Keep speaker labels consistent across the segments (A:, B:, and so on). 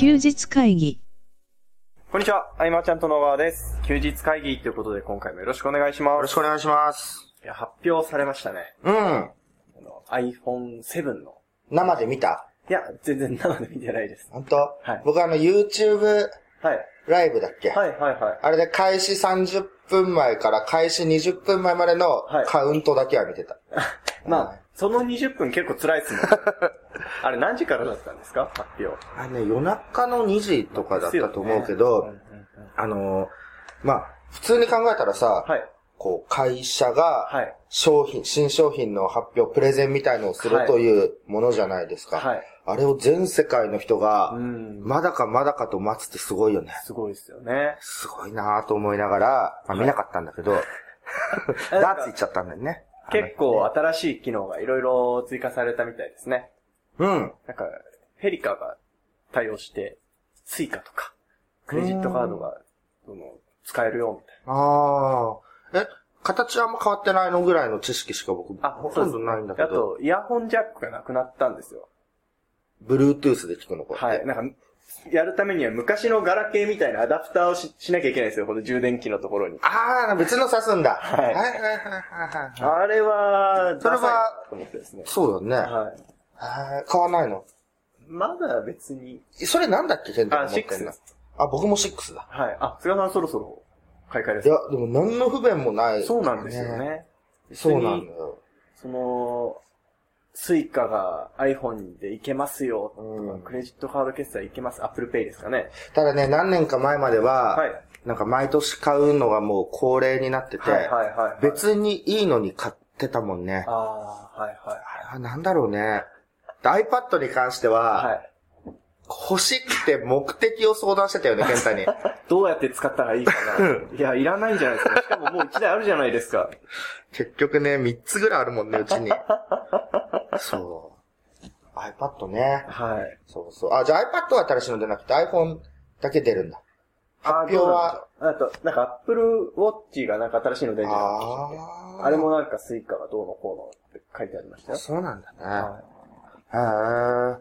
A: 日会議。
B: こんにちは、あいまちゃんと野川です。休日会議ということで今回もよろしくお願いし
C: よ
B: ま
C: ろ
B: す
C: しくお願いします。。
B: いや発表されましたね。
C: うん。
B: あの iPhone7 の。
C: 生で見た
B: いや、全然生で見てないです。
C: 本当
B: はい
C: 僕あの YouTube
B: はい。
C: ライブだっけ、
B: はいはいはい。
C: あれで開始30分前から開始20分前までの
B: はい
C: カウントだけは見てた。
B: まあ、その20分結構辛いっす ね。あれ何時からだったんですか発表。
C: あのね、夜中の2時とかだったと思うけ
B: で
C: ど、
B: すよねうんうんうん
C: あのーまあ、普通に考えたらさ、
B: はい。
C: こう、会社が、
B: はい。
C: 商品、新商品の発表、プレゼンみたいのをす
B: は
C: る
B: い
C: というものじゃないですか。
B: はい。
C: あれを全世界の人が、
B: うん。
C: まだかまだかと待つってすごいよね。
B: すごいですよね。
C: すごいなぁと思いながら、まあ、見なかったんだけど、ダーツ行っちゃったんだよね。
B: 結構新しい機能がいろいろ追加されたみたいですね。
C: うん。
B: なんか、ヘリカが対応して、スイカとか、クレジットカードが、その、使えるよ、みたい
C: ああ。え、形はあんま変わってないのぐらいの知識しか僕、
B: な。あ、
C: ほとんどないんだけ
B: あ
C: ど、
B: と、イヤホンジャックがなくなったんですよ。
C: Bluetooth で聞くのこうや
B: は
C: っ
B: い。
C: て。
B: なんか、やるためには昔のガラケーみたいなアダプターをししなきゃいけないんですよ、この充電器のところに。
C: ああ、別の刺すんだ。
B: はい
C: はいはいはいはいはい。
B: あれは、
C: それは
B: ダサいなと思ってですね。
C: そうだね。
B: はい。
C: はい買わないの。
B: まだ別に。
C: それなんだっけケンタ
B: あ、
C: が持って
B: 6
C: んの
B: です。
C: あ、僕も6だ。
B: はい。あ、菅さんそろそろ買い替えで
C: い
B: す
C: や
B: か。、
C: でも何の不便もない、
B: そうなんですよ。ね。
C: そうなんだよ。
B: その、スイカが iPhone でいけますよとか、
C: うん
B: クレジットカード決済いけます、Apple Pay ですかね。
C: ただね、何年か前までは、
B: はい
C: なんか毎年買うのがもう恒例になってて、
B: はいはいはい。
C: 別にいいのに買ってたもんね。
B: ああ、はいは
C: あれはなんだろうね。で iPad に関しては、
B: い。はい。
C: 欲しくて目的を相談してたよね、ケン タに。
B: どうやって使ったらいいか な。いや、いらないんじゃないですか。しかももう1台あるじゃないですか。
C: 結局ね、3つぐらいあるもんね、うちに。そう。iPad ね。
B: はい。
C: そうそう。あ、じゃあ iPad は新しいの出なくて iPhone だけ出るんだ。
B: 発
C: 表は。
B: あと、なんか Apple Watch がなんか新しいの出てる
C: あ
B: あ
C: あ。
B: れ。もなんかスイカがどうのこうのって書いてありましたよ。
C: そうなんだね。
B: はい。いや
C: へ
B: ー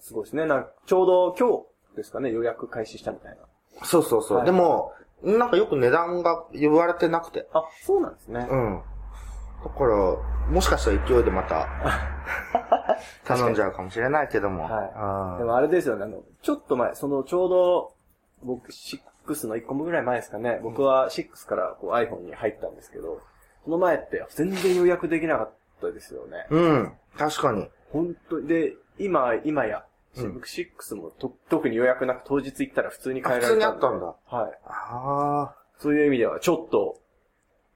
B: すごいですね。なんか、ちょうど今日ですかね、予約開始したみたいな。
C: え。そうそうそう。
B: はい
C: でも、なんかよく値段が言われてなくて。
B: あ、そうなんですね。
C: うん。だから、もしかしたら勢いでまた、 頼んじゃうかもしれないけども。
B: はい。で
C: うん
B: もあれですよね、あの、ちょっと前、そのちょうど、僕、6の1個ぐらい前ですかね、僕は6からこう iPhone に入ったんですけど、その前って全然予約できなかったですよね。
C: うん。確かに。
B: 本当にで、今、今や、
C: うん
B: 僕6もと特に予約なく当日行ったら普通に変えられた
C: あ普通にあったんだ
B: はい。
C: あ
B: そういう意味では、ちょっと、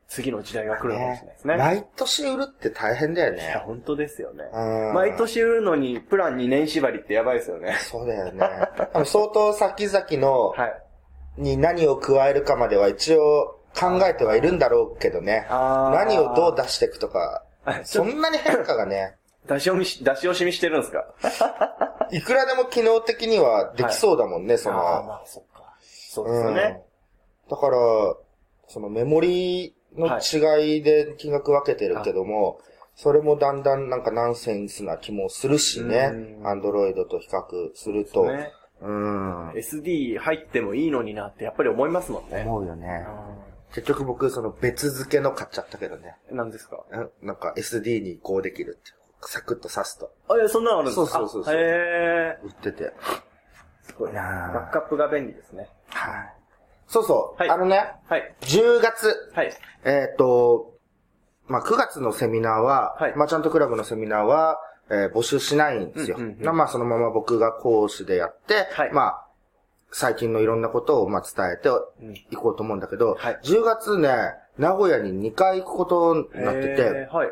B: 次の時代が
C: あ。
B: 来るのかもしれないですね。
C: 毎年売るって大変だよ
B: いや、
C: ね。
B: 本当ですよね。
C: うん
B: 毎。年売るのに、プラン2年縛りってやばいですよね。
C: そうだよね。あの相当先々の、
B: はい。
C: に何を加えるかまでは一応考えてはいるんだろうけどね。
B: あー
C: 何をどう出していくとか、
B: あちょ
C: そんなに変化 がね、
B: 出し惜みし、出し惜しみしてるんですか
C: いくらでも機能的にはできそうだもんね、その。
B: あーまあ、そっか。そうですよ
C: うん
B: ね。
C: だから、そのメモリの違いで金額分けてるけども、それもだんだんなんかナンセンスな気もするしね
B: う。ん
C: アンドロイドと比較すると。
B: ね
C: うん。
B: SD 入ってもいいのになってやっぱり思いますもんね。
C: 思うよね。結局僕、その別付けの買っちゃったけどね。
B: 何ですか
C: んなんか SD に移行できるっていう。サクッと刺すと
B: あ、いや、そんなのあるんですか
C: そうそうそうそう
B: あへ
C: 売ってて。
B: ー。すごい。
C: なあ
B: バックアップが便利ですね。
C: はい。そうそう。
B: はい
C: あのね、
B: はい。
C: 10月、
B: はい。
C: えっ、と、まあ、9月のセミナーは、
B: はい
C: マーチャントクラブのセミナーは、えー募集しないんですよ。
B: うんうんうん
C: なまあ、そのまま僕が講師でやって、
B: はい
C: まあ、最近のいろんなことを、まあ、伝えて
B: うん
C: いこうと思うんだけど、
B: はい
C: 10月ね、名古屋に2回行くことになってて
B: へ、ーはい。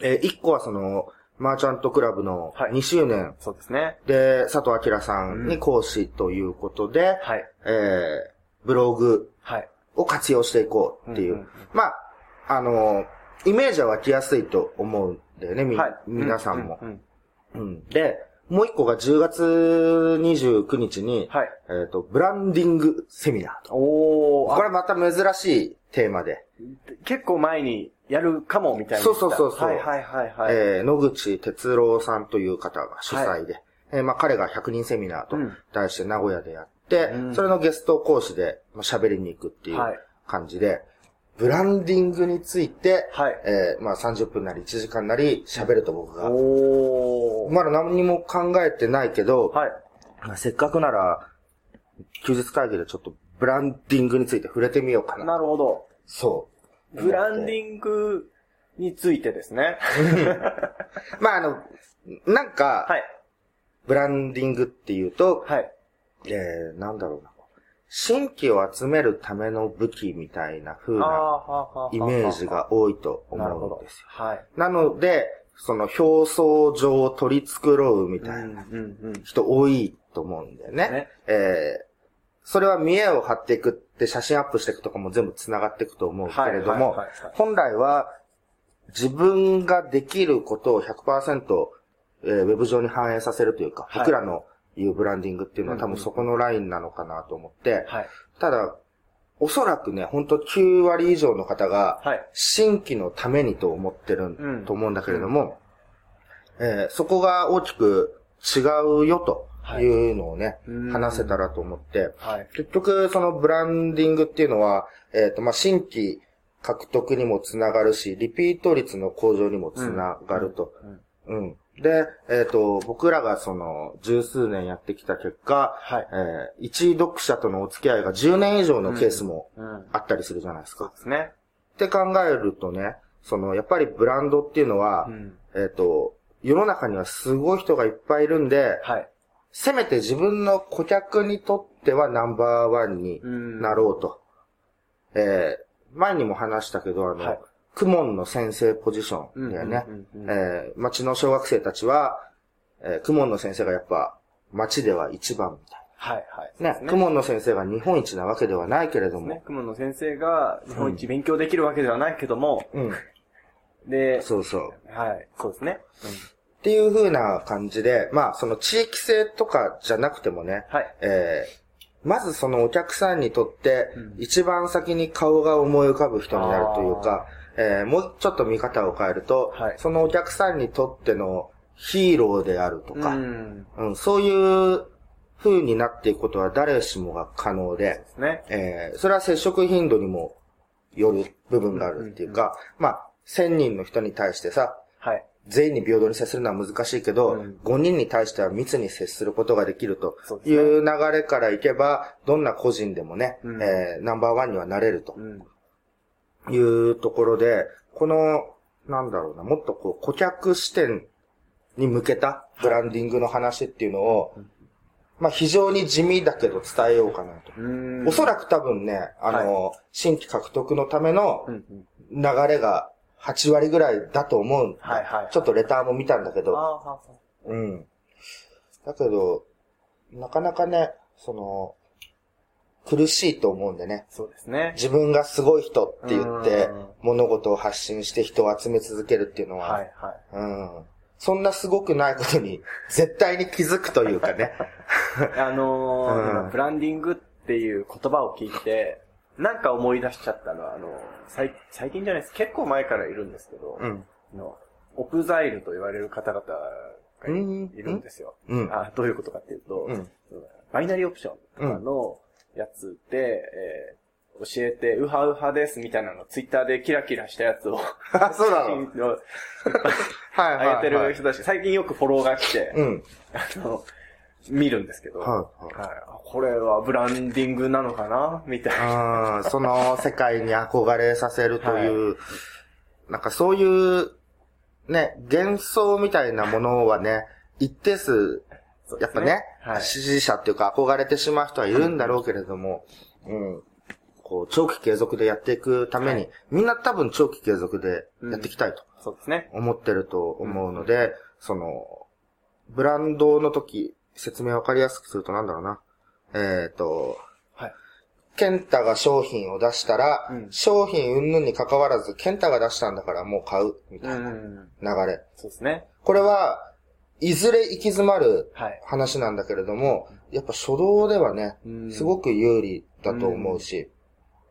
C: え1個はその、マーチャントクラブの
B: はい
C: 2周年、
B: そうですね。
C: で、佐藤明さんに講師ということで、
B: はい。
C: えーブログ
B: はい。
C: を活用していこうっていう。
B: うんうんうん
C: まあ、あのーイメージは湧きやすいと思うんだよね、み、
B: はい。
C: 皆さんも、
B: うううん
C: うんで、もう一個が10月29日に、
B: はい。
C: えっ、と、ブランディングセミナーと。
B: おー、
C: こ
B: あ
C: れまた珍しいテーマで、
B: 結構前にやるかもみたいな。
C: そうそうそうそう
B: はいはいはいはい。
C: えー野口哲郎さんという方が主催で、えーまあ彼が100人セミナーと
B: うん
C: 題して名古屋でやって、
B: うん
C: それのゲスト講師でまあ喋りに行くっていう
B: はい
C: 感じで、ブランディングについて、
B: はい
C: えーまあ30分なり1時間なり喋ると僕が、
B: おー。
C: まだ何にも考えてないけど、
B: はい。
C: まあせっかくなら、休日会議でちょっとブランディングについて触れてみようかな。
B: なるほど。
C: そう。
B: ブラン
C: ィン
B: ディングについてですね。
C: グまああの、なんか、
B: はい。
C: ブランディングっていうと、
B: はい。
C: えー、なんだろうな。新規を集めるための武器みたいな風
B: あーは
C: な
B: あはあはあ
C: イメージが多いと
B: なるほ
C: 思うん
B: ど
C: です。
B: はい。
C: よ。なので、その表層上を取り繕うみ
B: う
C: たい
B: ん
C: な
B: うんうん。
C: 人多いと思うんだよね。
B: ね
C: えーそれは見栄を張っていくって写真アップしていくとかも全部繋がっていくと思うけれども、
B: はいはいはいはい
C: 本来は自分ができることを100%、えーウェブ上に反映させるというか、
B: はい
C: 僕らの言うブランディングっていうのは
B: うんう
C: 多
B: ん
C: 分そこのラインなのかなと思って、
B: はい。
C: ただ、おそらくね、ほんと9割以上の方が、
B: はい。
C: 新規のためにと思ってるん、
B: うん
C: と思うんだけれども、えーそこが大きく違うよというのをね、
B: うん
C: 話せたらと思って、
B: はい。
C: 結局そのブランディングっていうのは、えっ、と、まあ、新規獲得にもつながるし、リピート率の向上にもつながると。
B: うんうん
C: うん。で、えっ、と、僕らがその、十数年やってきた結果、
B: はい。
C: えー一読者とのお付き合いが10年以上のケースも
B: うん。
C: あったりするじゃないですか。
B: そうですね。
C: って考えるとね、その、やっぱりブランドっていうのは、
B: ん。
C: えっ、と、世の中にはすごい人がいっぱいいるんで、
B: はい。
C: せめて自分の顧客にとってはナンバーワンに
B: うん
C: なろうと。えー前にも話したけど、あの、
B: はい
C: クモンの先生ポジションだよね
B: うんうんうん。うん
C: えー町の小学生たちは、えー、クモンの先生がやっぱ、町では一番みたい
B: はい。はい。
C: な。ね、クモンの先生が日本一なわけではないけれども、
B: ね、雲野先生が日本一勉強できるわけではないけども、
C: う
B: で
C: ん、、そうそう。
B: はい、そうですね。
C: っていう風な感じで、まあ、その地域性とかじゃなくてもね、
B: はい。
C: えーまずそのお客さんにとって
B: うん、
C: 一番先に顔が思い浮かぶ人になるというか、えーもうちょっと見方を変えると、
B: はい
C: そのお客さんにとってのヒーローであるとか、
B: うん。
C: うんそういう風になっていくことは誰しもが可能で、
B: ですね。
C: えーそれは接触頻度にもよる部分があるっていうか、まあ、1000人の人に対してさ、
B: はい。
C: 全員に平等に接するのは難しいけど、
B: うん
C: 5人に対しては密に接することができると
B: そうです
C: い
B: ね
C: う流れからいけば、どんな個人でもね、
B: うん
C: えーナンバーワンにはなれると
B: うん。
C: いうところで、この、なんだろうな、もっとこう、顧客視点に向けたブランディングの話っていうのを、まあ非常に地味だけど伝えようかなと。
B: うん
C: おそらく多分ね、あの、新規獲得のための
B: うんうん。
C: 流れが8割ぐらいだと思うんだ。
B: はいはい
C: ちょっとレターも見たんだけ
B: あ
C: ど、
B: あ、は
C: うん。だけど、なかなかね、その、苦しいと思うんでね。
B: そうですね。
C: 自分がすごい人って言って
B: うん、
C: 物事を発信して人を集め続けるっていうのは、
B: はいは
C: うん。そんなすごくないことに、 絶対に気づくというかね。
B: い。あのー
C: うん
B: 今ブランディングっていう言葉を聞いて、なんか思い出しちゃったのは、あの、最最近じゃないです。結構前からいるんですけど、
C: うん。
B: あの、オプザイルと言われる方々がい
C: うん
B: いるんですよ。
C: うん
B: あどういうことかっていうと、
C: うん
B: バイナリーオプションとかのやつで、えー教えて、ウハウハですみたいなの、ツイッターでキラキラしたやつを、
C: あ、 そうなの。
B: 真の
C: はいはい、
B: 上
C: はい。
B: げてる人たち、最近よくフォローが来て、
C: うん。
B: あの、見るんですけど、
C: はいはい
B: あこれはブランディングなのかなみたいな。
C: うん、その世界に憧れさせるという、なんかそういう、ね、幻想みたいなものはね、一定数、
B: そうで
C: や
B: す
C: っぱね、
B: はい。
C: 支持者っていうか憧れてしまう人はいるんだろうけれども、うん、こう、長期継続でやっていくために、
B: は
C: みんな多分長期継続でやっていきたいと
B: そうですね。
C: 思ってると思うので、その、ブランドの時、説明わかりやすくするとなんだろうな。えっ、と、
B: はい。
C: ケンタが商品を出したら、
B: うん。
C: 商品云々に関わらず、ケンタが出したんだからもう買う、みたいうなん流れ。
B: そうですね。
C: これは、いずれ行き詰まる
B: はい。
C: 話なんだけれども、やっぱ初動ではね、
B: うん
C: すごく有利だと思うし、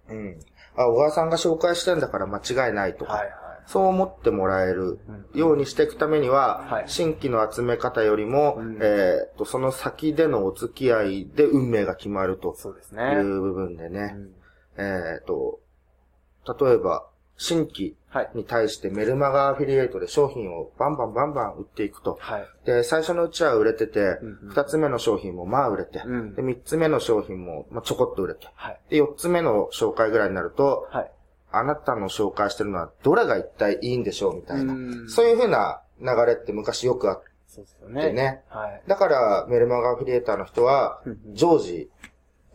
C: うん。あ、小川さんが紹介してんだから間違いないとか、
B: はいはい。
C: そう思ってもらえるようにしていくためには、
B: はい
C: 新規の集め方よりも、
B: うん
C: えーっと、その先でのお付き合いで運命が決まると
B: そうです
C: い
B: ね。
C: う部分で
B: う
C: ね、
B: ん
C: えーっと、例えば、新規
B: はい。
C: に対してメルマガアフィリエイトで商品をバンバンバンバン売っていくと。
B: はい。
C: で、最初のうちは売れてて
B: うんうん、
C: 二つ目の商品もまあ売れて、
B: うん
C: で、三つ目の商品もまあちょこっと売れて、
B: はい。
C: で、四つ目の紹介ぐらいになると、
B: はい。
C: あなたの紹介してるのはどれが一体いいんでしょうみたいな。
B: うん
C: そういうふうな流れって昔よくあっ
B: そうですよ
C: て
B: ね。
C: ね。
B: はい。
C: だから、メルマガアフィリエーターの人は
B: うんう、ん
C: 常時、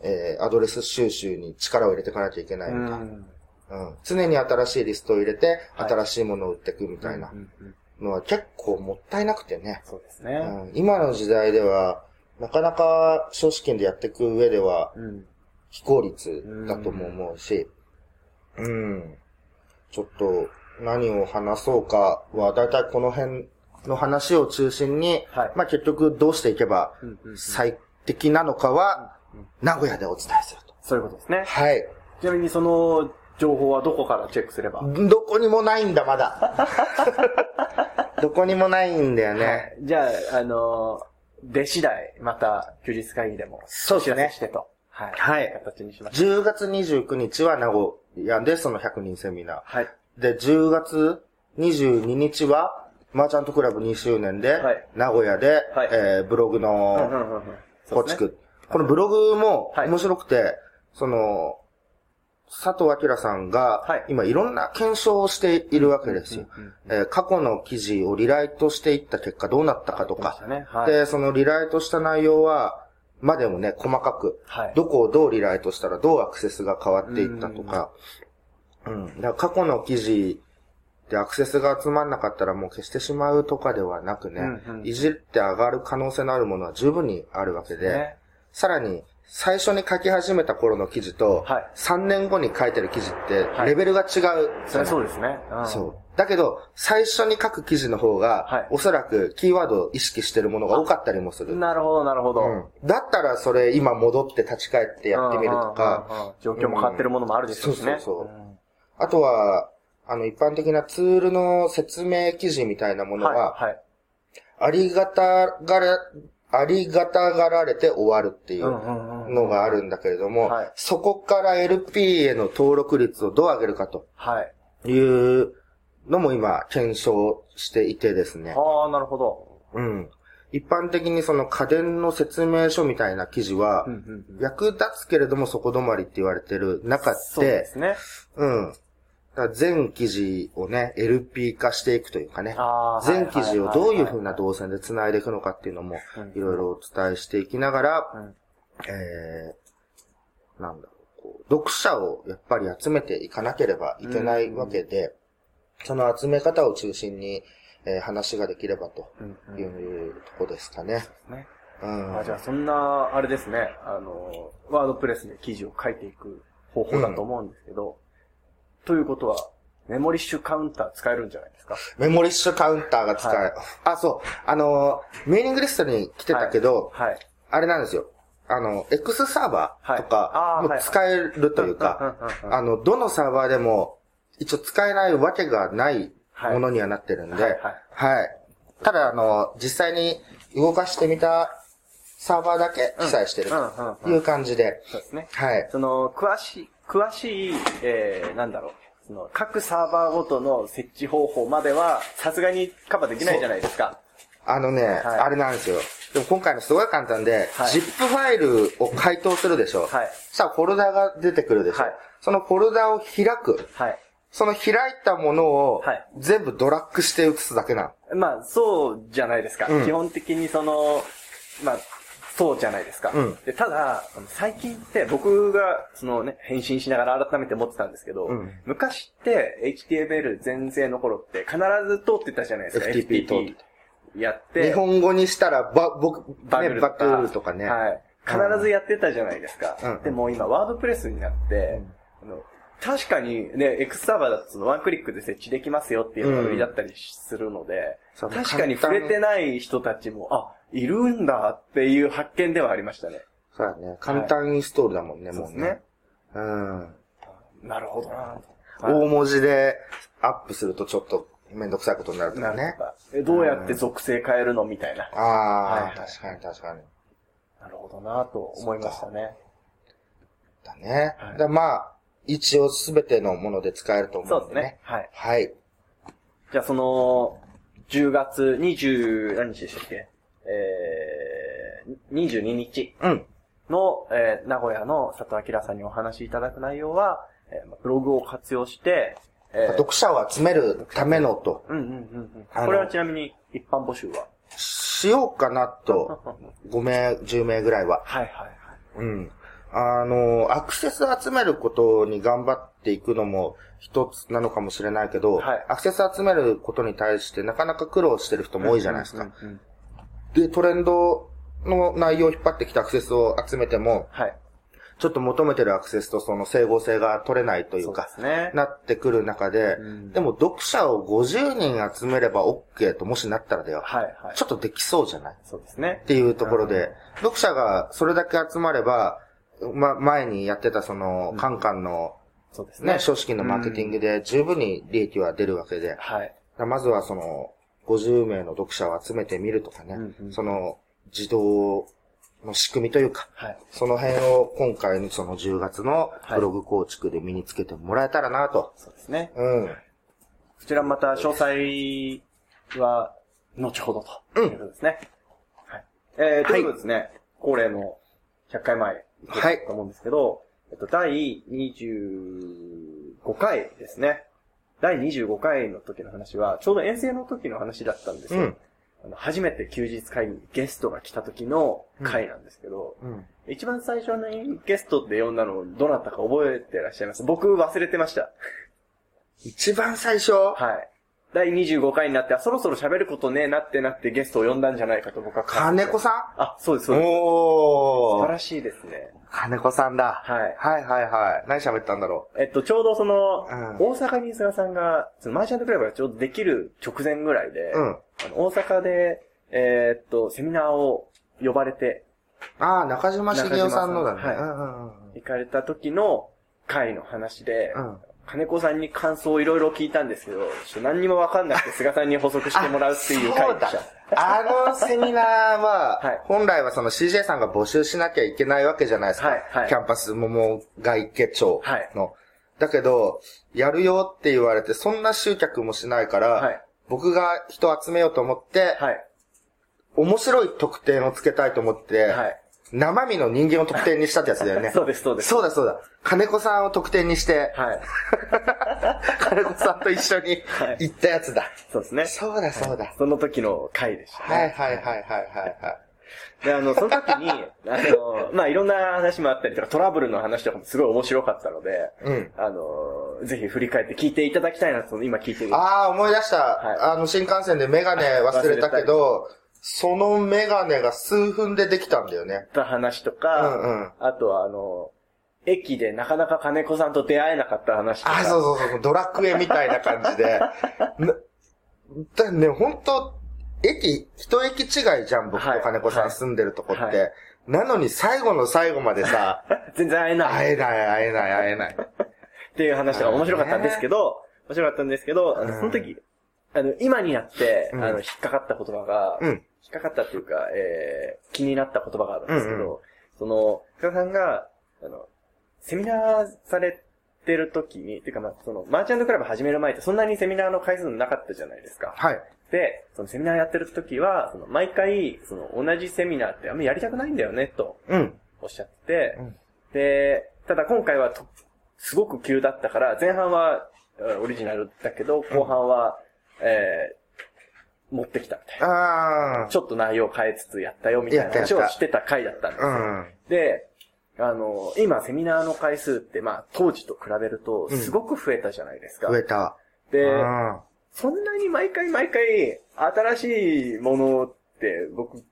C: えーアドレス収集に力を入れていかなきゃいけないみたいな。うん常に新しいリストを入れて、
B: はい
C: 新しいものを売っていくみたいな
B: うんうんうん
C: のは結構もったいなくてね。
B: そうです
C: う
B: ね。
C: ん、今の時代では、なかなか少子圏でやっていく上では
B: うん。
C: 非効率だとも思うし、うん。ちょっと何を話そうかは、だいたいこの辺の話を中心に、
B: はい
C: まあ結局どうしていけば
B: うんうんうん
C: 最適なのかは、名古屋でお伝えすると。
B: そういうことですね。
C: はい。
B: ちなみにその情報はどこからチェックすれば
C: どこにもないんだ、まだ。 どこにもないんだよね。
B: はいじゃあ、あのー、出次第、また休日会議でも、
C: そうです
B: お
C: ね
B: 知らせしてと。はい。
C: はい
B: 形にしましょう。
C: 10月29日は名古屋でその100人セミナ
B: はい。
C: ー。で、10月22日は、マーチャントクラブ2周年で、
B: はい
C: 名古屋で、
B: はい
C: えーブログ
B: うんう
C: の
B: んうんうん
C: 構築、。このブログも
B: はい
C: 面白くて、その、佐藤明さんが
B: はい、
C: 今いろんな検証をしているわけですよ。
B: うんうん
C: えー過去の記事をリライトしていった結果どうなったかとか、
B: そうですね。はい。
C: で、そのリライトした内容は、までもね、細かく、
B: はい。
C: どこをどうリライトしたらどうアクセスが変わっていったとか、うん。だから過去の記事でアクセスが集まんなかったらもう消してしまうとかではなくね、
B: うんうん
C: いじって上がる可能性のあるものは十分にあるわけで、
B: ね
C: さらに、最初に書き始めた頃の記事と、
B: はい
C: 3年後に書いてる記事って
B: は、い
C: レベルが違う、
B: それはそうですね。ん
C: そう。だけど、最初に書く記事の方が、
B: はい
C: おそらくキーワードを意識してるものが多かったりもする。
B: なるほど、なるほど。
C: うんだったらそれ今戻って立ち返ってやってみると
B: うんうんうんう
C: か
B: ん、。状況も変わってるものもあるでしょうしね。
C: そうそうそうんあとは、あの一般的なツールの説明記事みたいなものは、
B: はい。はい。
C: ありがたがら、ありがたがられて終わるっていう
B: うんうんうん
C: のがあるんだけれども
B: はい、
C: そこから LP への登録率をどう上げるかと
B: はい。
C: いうのも今検証していてですね。
B: ああ、なるほど。
C: うん。一般的にその家電の説明書みたいな記事は
B: うん、うんうん
C: 役立つけれどもそこ止まりって言われてる中
B: そう
C: で
B: で、すね。
C: うん。だから全記事をね、LP 化していくというかね、
B: あー
C: 全記事をどういう風な
B: は
C: 動線で繋いでいくのかっていうのも
B: うん、
C: いろいろお伝えしていきながら、
B: うん
C: えー、なんだろう、こう読者をやっぱり集めていかなければいけないわけで、その集め方を中心に、えー話ができればと
B: いはいはいうんうん
C: い
B: で
C: うとこですかね。
B: すね。
C: うん。
B: あじゃあ、そんな、あれですね、あの、ワードプレスで記事を書いていく方法だと思うんですけど、ということは、メモリッシュカウンター使えるんじゃないですか
C: メモリッシュカウンターが使え、
B: はい
C: あ、そう。あのー、メーリングリストに来てたけど、
B: はい。
C: あれなんですよ。あの、X サーバーとか
B: はいあー
C: も
B: はい
C: 使えるというか、
B: うんうんうんうん
C: あの、どのサーバーでも一応使えないわけがない
B: はい
C: ものにはなってるんで、
B: は
C: はいい。ただ、あの、実際に動かしてみたサーバーだけ記載してる
B: うんうん
C: と
B: うん
C: い
B: うん
C: う感じで、
B: そうですね。
C: はい。
B: その、詳しい、詳しい、えー、なんだろう。その、各サーバーごとの設置方法までは、さすがにカバーできないじゃないですか。
C: あのね、あれなんですよ。でも今回のすごい簡単で、
B: はい
C: ZIP ファイルを解凍するでしょ。
B: はい
C: そしたらフォルダが出てくるでしょ。
B: はい
C: そのフォルダを開く。
B: はい。
C: その開いたものを
B: はい、
C: 全部ドラッグして写すだけなの。
B: まあ、そうじゃないですか。
C: うん
B: 基本的にその、まあ、そうじゃないですか。
C: うん
B: でただ、あの最近って僕が、そのね、返信しながら改めて思ってたんですけど、
C: うん
B: 昔って HTML 全盛の頃って必ず通ってたじゃないですか。
C: FTP 通って
B: やって。
C: 日本語にしたら、ば、僕、
B: バグ
C: ね、
B: ル
C: バ
B: と
C: グ
B: か。
C: ルとかね。
B: はい。
C: うん
B: 必ずやってたじゃないですか。
C: うん
B: でも今、ワードプレスになって、あの確かにね、エクスサーバーだとそのワンクリックで設置できますよっていうのが売りだったりするので、
C: そう
B: 確かに触れてない人たちも、あ、いるんだっていう発見ではありましたね。
C: そうだね。簡単インストールだもんね、
B: そう
C: も
B: で
C: う
B: すね
C: ね。うん。
B: なるほどなと。
C: 大文字で、アップするとちょっとめんどくさいことになるとかね。
B: えどうやって属性変えるのみたいな。
C: あ
B: はい
C: あ、
B: はい
C: 確かに確かに。
B: なるほどなと思いましたね。
C: だね。
B: はい
C: だからまあ、一応すべてのもので使えると
B: そ
C: 思
B: う
C: う
B: です
C: んでね。
B: ね。はい。
C: はい。
B: じゃあその、10月20、何日でしたっけえー、22日
C: うん。
B: の、えー名古屋の佐藤明さんにお話しいただく内容は、えーブログを活用して、えー
C: 読者を集めるためのと、
B: うんうんうん
C: あ
B: うん。
C: の
B: これはちなみに一般募集は
C: しようかなと、5名、10名ぐらいは。
B: はいはいはい。
C: うん。あの、アクセス集めることに頑張っていくのも一つなのかもしれないけど、
B: はい
C: アクセス集めることに対してなかなか苦労してる人も多いじゃないですか。
B: うんうんうん
C: で、トレンドの内容を引っ張ってきたアクセスを集めても、
B: はい。
C: ちょっと求めてるアクセスとその整合性が取れないというか、
B: そうですね。
C: なってくる中で、
B: うん
C: でも読者を50人集めれば OK ともしなったらだよ。
B: はいはい
C: ち。ょっとできそうじゃない
B: そうですね
C: っ。ていうところで、読者がそれだけ集まれば、ま、前にやってたその、カンカンの
B: そうですね。
C: ね、少子金のマーケティングで十分に利益は出るわけで、だか
B: はい。
C: らまずはその、50名の読者を集めてみるとかね
B: うんうん、
C: その、自動の仕組みというか、
B: はい。
C: その辺を今回のその10月の
B: はい
C: ブログ構築で身につけてもらえたらなと。
B: そうですね。
C: うん。
B: こちらまた詳細は、後ほどと。いうことですね。はい。えー、ということですね、恒例の100回前、
C: はい
B: と思うんですけど、えっと、第25回ですね。第25回の時の話は、ちょうど遠征の時の話だったんです
C: う
B: よ。
C: ん。
B: あの初めて休日会議にゲストが来た時の回なんですけど、
C: うん。
B: 一番最初にゲストって呼んだのどなたか覚えてらっしゃいます僕忘れてました。
C: 一番最初、
B: はい。第25回になって、あ、そろそろ喋ることねえなってなってゲストを呼んだんじゃないかと僕は感じ
C: 金
B: て
C: 子さ
B: あ、そうです、そ
C: ん
B: うです。素
C: お
B: 晴
C: ー。
B: らしいですね。
C: 金子さんだ。
B: はい。
C: はいはいはい。何喋ったんだろ
B: えっと、ちょうどその、
C: うん
B: 大阪に菅さんが、そのマーシャントクラブがちょうどできる直前ぐらいで、
C: う。うん。
B: あの大阪で、えーっと、セミナーを呼ばれて
C: ああ、中島茂雄さんのだね。
B: 中島さ
C: うんうんうん
B: 行かれた時の回の話で、
C: うん。
B: 金子さんに感想をいろいろ聞いたんですけど、ちょっと何にもわかんなくて菅さんに補足してもらうっていう回でし
C: あそうだあのセミナー は、
B: はい
C: 本来はその CJ さんが募集しなきゃいけないわけじゃないですか。
B: はいはい
C: キャンパス桃が池町の。だけど、やるよって言われて、そんな集客もしないから、
B: た。はい。
C: 僕が人集めようと思って、
B: はい。
C: 面白い特典をつけたいと思って、
B: はい。
C: 生身の人間を特典にしたってやつだよ
B: 。
C: ね
B: そうです、そうです。
C: そうだそうだ。金子さんを特典にして、
B: はい。
C: 金子さんと一緒に
B: はい
C: 行ったやつだ。
B: そうですね。
C: そうだそうだ。
B: その時の回でしたね。
C: はいはいはいはいはいはい。
B: で、あの、その時に、あの、まあ、いろんな話もあったりとか、トラブルの話とかもすごい面白かったので、
C: うん。
B: あの、ぜひ振り返って聞いていただきたいなと、今聞いてる。
C: ああ、思い出した。
B: はい
C: あの、新幹線でメガネ忘れたけど、そのメガネが数分でできたんだよね。
B: った話と
C: う
B: か、
C: んうん。
B: あとは、あの、駅でなかなか金子さんと出会えなかった話とか。
C: あそうそうそう、ドラクエみたいな感じで。 なだね、本当駅、一駅違いじゃん、僕
B: は
C: と
B: い
C: 金子さん住んでるとこって。
B: はいは
C: なのに最後の最後までさ、
B: 全然会えない。
C: 会えない会えない会えない。
B: っていう話とか面白かったんですけど、面白かったんですけど、あの
C: うん
B: その時、あの、今になって、
C: うん
B: あの、引っかかった言葉が、
C: うん。
B: 引っかかったっていうか、えー、気になった言葉があるんですけど、
C: うんう
B: その、深田さんが、あの、セミナーされてる時に、っていうかまあ、その、マーチャントクラブ始める前ってそんなにセミナーの回数なかったじゃないですか。
C: はい。
B: で、そのセミナーやってる時は、その、毎回、その、同じセミナーってあんまやりたくないんだよね、と
C: うん。
B: おっしゃって、
C: うん
B: で、ただ今回はと、すごく急だったから、前半は、えーオリジナルだけど、後半は、えー、持ってきたみたいな。
C: ああ。
B: ちょっと内容変えつつやったよみたいな
C: やった
B: 話
C: やった
B: をしてた回だったんです
C: う
B: よ。
C: ん。
B: で、あの、今セミナーの回数って、まあ当時と比べると
C: うん
B: すごく増えたじゃないですか。
C: 増えた。
B: で、
C: うん
B: そんなに毎回毎回新しいものって僕、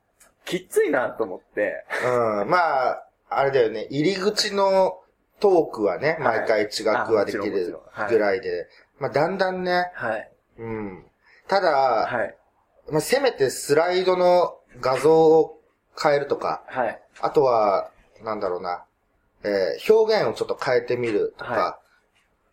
B: きっついなと思って、
C: うん。まあ、あれだよね。入り口のトークはね、
B: はい
C: 毎回違くはでき
B: あもちろんもち
C: る
B: ろんはい
C: ぐらいで。まあ、だんだんね、
B: はい。
C: うん。ただ、
B: はい。
C: まあ、せめてスライドの画像を変えるとか、
B: はい。
C: あとは、なんだろうな、えー表現をちょっと変えてみるとか、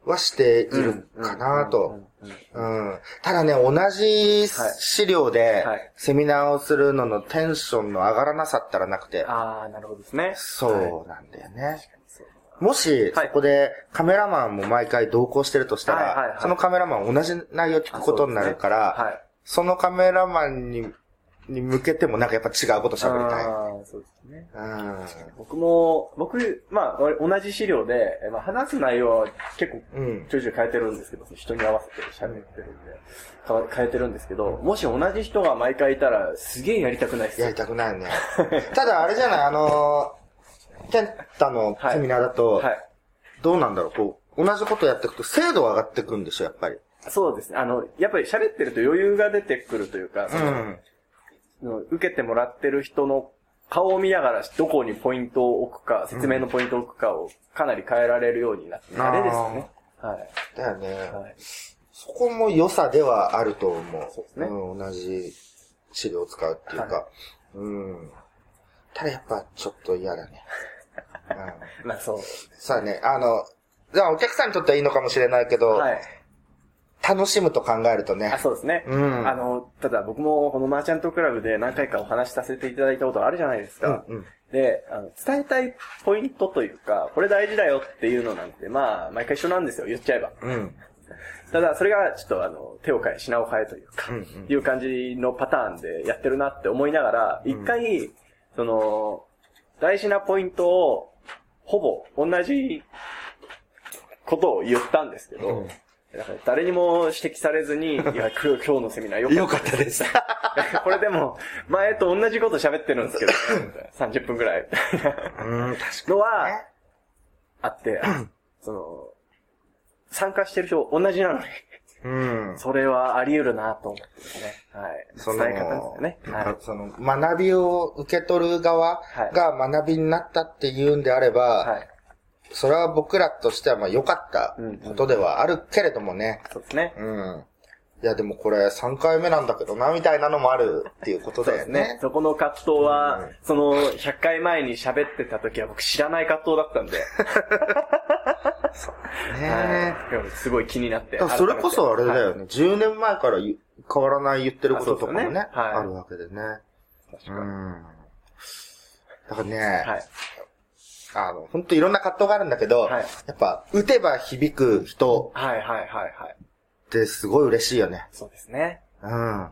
C: はしているかなと。
B: うん。うん
C: うんただね、同じ資料で
B: はい、
C: セミナーをするののテンションの上がらなさったらなくて、
B: あー、なるほどですね。
C: そうなんだよね。
B: そう
C: もし、そ
B: はい
C: こでカメラマンも毎回同行してるとした
B: はいはいは
C: ら
B: い、
C: そのカメラマン同じ内容を聞くことになるか
B: あそう
C: ら、
B: ですねはい。
C: そのカメラマンに、に向けてもなんかやっぱ違うこと喋りたい。
B: あーそうですね。
C: う
B: 僕も、僕、まあ、我々同じ資料で、えまあ、話す内容は結構
C: ん。うん。
B: ちょいちょい変えてるんですけど、その人に合わせて喋ってるんで、変わ変えてるんですけど、もし同じ人が毎回いたら、すげえやりたくないっす
C: や
B: よ
C: り。たくな いね。ただあれじゃない、あのー、ケンタのセミナーだと、
B: はい。
C: どうなんだろう、こう、同じことやっていくと精度は上がってくんでしょ、やっぱり。
B: そうですね。あの、やっぱり喋ってると余裕が出てくるというか、その、
C: ん。
B: 受けてもらってる人の顔を見ながらどこにポイントを置くか、説明のポイントを置くかをかなり変えられるようになって、
C: あー
B: あれですよね。はい。
C: だよね。
B: はい。
C: そこも良さではあると思う。
B: そうですね
C: ん、同じ資料を使うっていうか。
B: は
C: うん。ただやっぱちょっと嫌だ ね。うん。
B: まあそう。
C: さあね、あの、じゃあお客さんにとってはいいのかもしれないけど、
B: はい。
C: 楽しむと考えるとね
B: あ、。そうですね。
C: うん
B: あの、ただ僕もこのマーチャントクラブで何回かお話しさせていただいたことあるじゃないですか。
C: うんうん
B: であの、伝えたいポイントというか、これ大事だよっていうのなんて、まあ、毎回一緒なんですよ、言っちゃえば。
C: うん。
B: ただ、それがちょっとあの、手を変え、品を変えというか、
C: うんうん
B: いう感じのパターンでやってるなって思いながら、一回、その、大事なポイントを、ほぼ同じことを言ったんですけど、だから誰にも指摘されず に、いや、今日今日のセミナーよかった
C: 良かったです。
B: これでも、前と同じこと喋ってるんですけど、みたいな30分くらい、みたいな
C: うん、確か
B: の
C: に
B: は
C: ね、。
B: あって、その、参加してる人同じなのに、
C: うん。
B: それはあり得るなと思ってですね。はい。伝え方ですよね。はい。
C: その、学びを受け取る側が学びになったっていうんであれば、
B: はい。
C: それは僕らとしてはまあ良かったことではあるけれどもね。
B: そうですね。
C: うん。いやでもこれ3回目なんだけどな、みたいなのもあるっていうこ
B: そ
C: と
B: う
C: だ
B: で
C: よ
B: すね
C: ね。。
B: そこの葛藤
C: う
B: は
C: ん、
B: その、100回前に喋ってた時は僕知らない葛藤だったんで、
C: ね
B: はいすごい気になって
C: だ。からそれこそあれだ
B: はい
C: よね。10年前から言う変わらない言ってることとかも
B: あ
C: ね、
B: そうですよねはい
C: あるわけでね。
B: 確
C: う
B: かに
C: ん。だからね、
B: はい。
C: あの、本当いろんな葛藤があるんだけど、
B: はい
C: やっぱ打てば響く人
B: はいはいはいはい。
C: ってすごい嬉しいよね。
B: そうですね。
C: うん。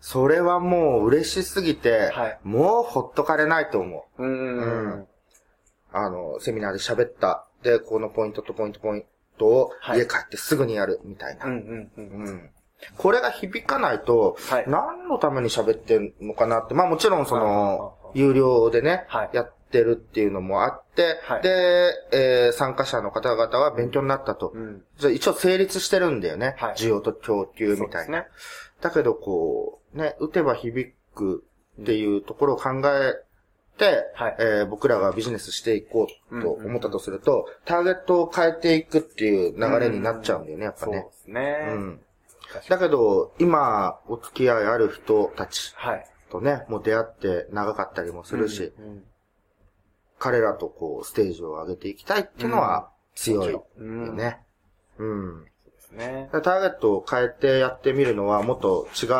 C: それはもう嬉しすぎて、
B: はい
C: もうほっとかれないと思う。
B: うーん。
C: あの、セミナーで喋った。で、このポイントとポイントポイントを
B: はい
C: 家帰ってすぐにやるみたいな。
B: うんうんうん。
C: うん。これが響かないと
B: はい、
C: 何のために喋ってんのかなって。まあもちろんその
B: ああああ、
C: 有料でね
B: はい、
C: やってるっていうのもあって
B: は、い
C: で、えー参加者の方々は勉強になったと
B: う。ん。
C: じゃあ一応成立してるんだよね
B: はい。
C: 需要と供給
B: そう
C: み
B: で
C: たい
B: す
C: な
B: ね。。
C: だけどこう、ね、打てば響くっていうところを考えて、
B: はい
C: えー僕らがビジネスしていこうと思ったとすると、ターゲットを変えていくっていう流れになっちゃうんだよね、やっぱ
B: そうで
C: ね。
B: すね。
C: うん。
B: 確か
C: だ
B: に
C: けど、今、お付き合いある人たち
B: はい。
C: とね、もう出会って長かったりもするし、
B: うんうん
C: 彼らとこう、ステージを上げていきたいっていうのは強いよ
B: うん
C: ね。うん。
B: そうですね。
C: ターゲットを変えてやってみるのは、もっと違う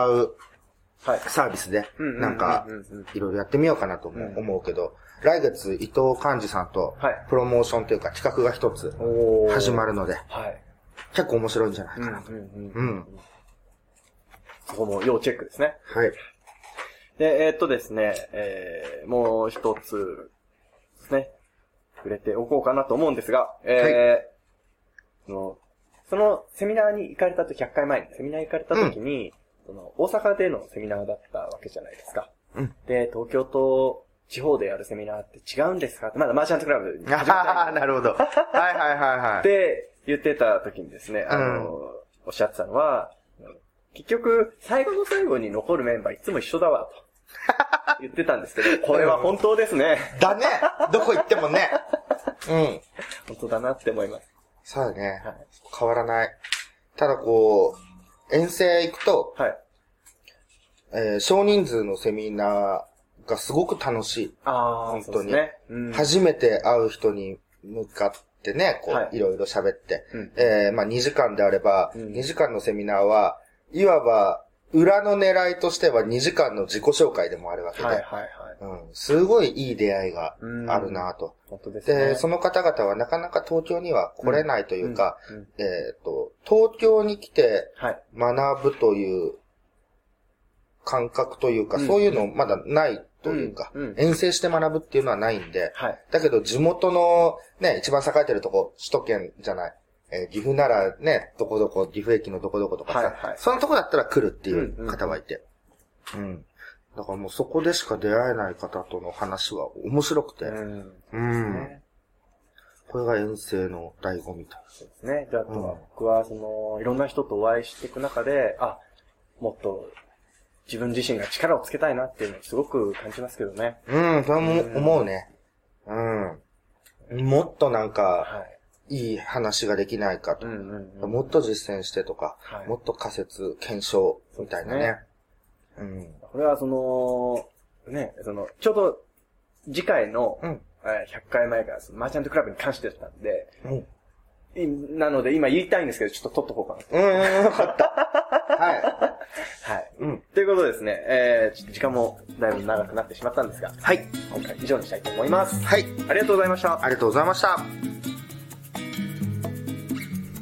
B: はい。
C: サービスで、
B: うん
C: なんか
B: うんうんうんうん、
C: いろいろやってみようかなと思
B: う
C: うん思うけど、来月、伊藤寛治さんと
B: はい、
C: プロモーションというか企画が一つ
B: おー
C: 始まるので、
B: はい。
C: 結構面白いんじゃない
B: うん
C: か
B: う
C: な。
B: んう。
C: うんん。
B: そこも要チェックですね。
C: はい。
B: で、えーっとですね、えー、もう一つですね、触れておこうかなと思うんですが、えーそのそのセミナーに行かれたとき、100回前にセミナー行かれたときに、その大阪でのセミナーだったわけじゃないですか。
C: うん
B: で、東京と地方でやるセミナーって違うんですかって、まだマーチャントクラブに始まった
C: ああ、なるほど。はいはいはいは
B: っ
C: い。
B: て言ってた時にですね、あの、おっしゃってたのは、結局、最後の最後に残るメンバーいつも一緒だわ、 と言ってたんですけど、これは本当ですね。
C: だねどこ行ってもね。うん。
B: 本当だなって思います。
C: そうだね
B: はい。
C: 変わらない。ただこう、遠征行くと、
B: はい。
C: えー少人数のセミナーがすごく楽しい。
B: ああ、
C: 本当
B: そうで
C: に
B: すね。うん。
C: 初めて会う人に向かっってね、こ
B: は
C: う、
B: い
C: いろいろ喋って、
B: うん
C: えーまあ2時間であれば、
B: うん
C: 2時間のセミナーは、いわば、裏の狙いとしては2時間の自己紹介でもあるわけで、
B: はいはいはい。
C: うん、すごいいい出会いが
B: うん
C: あるなと。
B: 本当ですね。
C: で、その方々はなかなか東京には来れないというか、
B: うん、うん
C: えっ、と、東京に来て
B: はい。
C: 学ぶという感覚というか、
B: うん
C: そういうのまだないというか、
B: うんうん
C: 遠征して学ぶっていうのはないんで、
B: はい。
C: だけど地元のね、一番栄えてるとこ、首都圏じゃない、えー岐阜ならね、どこどこ、岐阜駅のどこどことかさ、
B: はいはい
C: そのとこだったら来るってい
B: うんう
C: うん方はいて。うんだからもうそこでしか出会えない方との話は面白くて。
B: うん。
C: うん。
B: ね
C: これが遠征の醍醐味と。
B: そうですね。で、あと
C: う
B: は
C: ん
B: 僕は、その、いろんな人とお会いしていく中で、あ、もっと自分自身が力をつけたいなっていうのをすごく感じますけどね。
C: うん、それも
B: うん
C: 思うね。うん。もっとなんか、
B: はい。
C: いい話ができないかと
B: う。んうん、うん。
C: もっと実践してとか、
B: はい
C: もっと仮説、検証、みたいなね。うん。
B: これはその、ね、その、ちょうど次回の、
C: うん。
B: えー100回前からそのマーチャントクラブに関してだったんで、
C: うん。
B: いなので今言いたいんですけど、ちょっと取っとこうかなと。
C: うん、よかった。は
B: はい。
C: い。うん。
B: ということでですね、えー、ちょっと時間もだいぶ長くなってしまったんですが、
C: はい。
B: 今回以上にしたいと思います。
C: はい。
B: ありがとうございました。
C: ありがとうございました。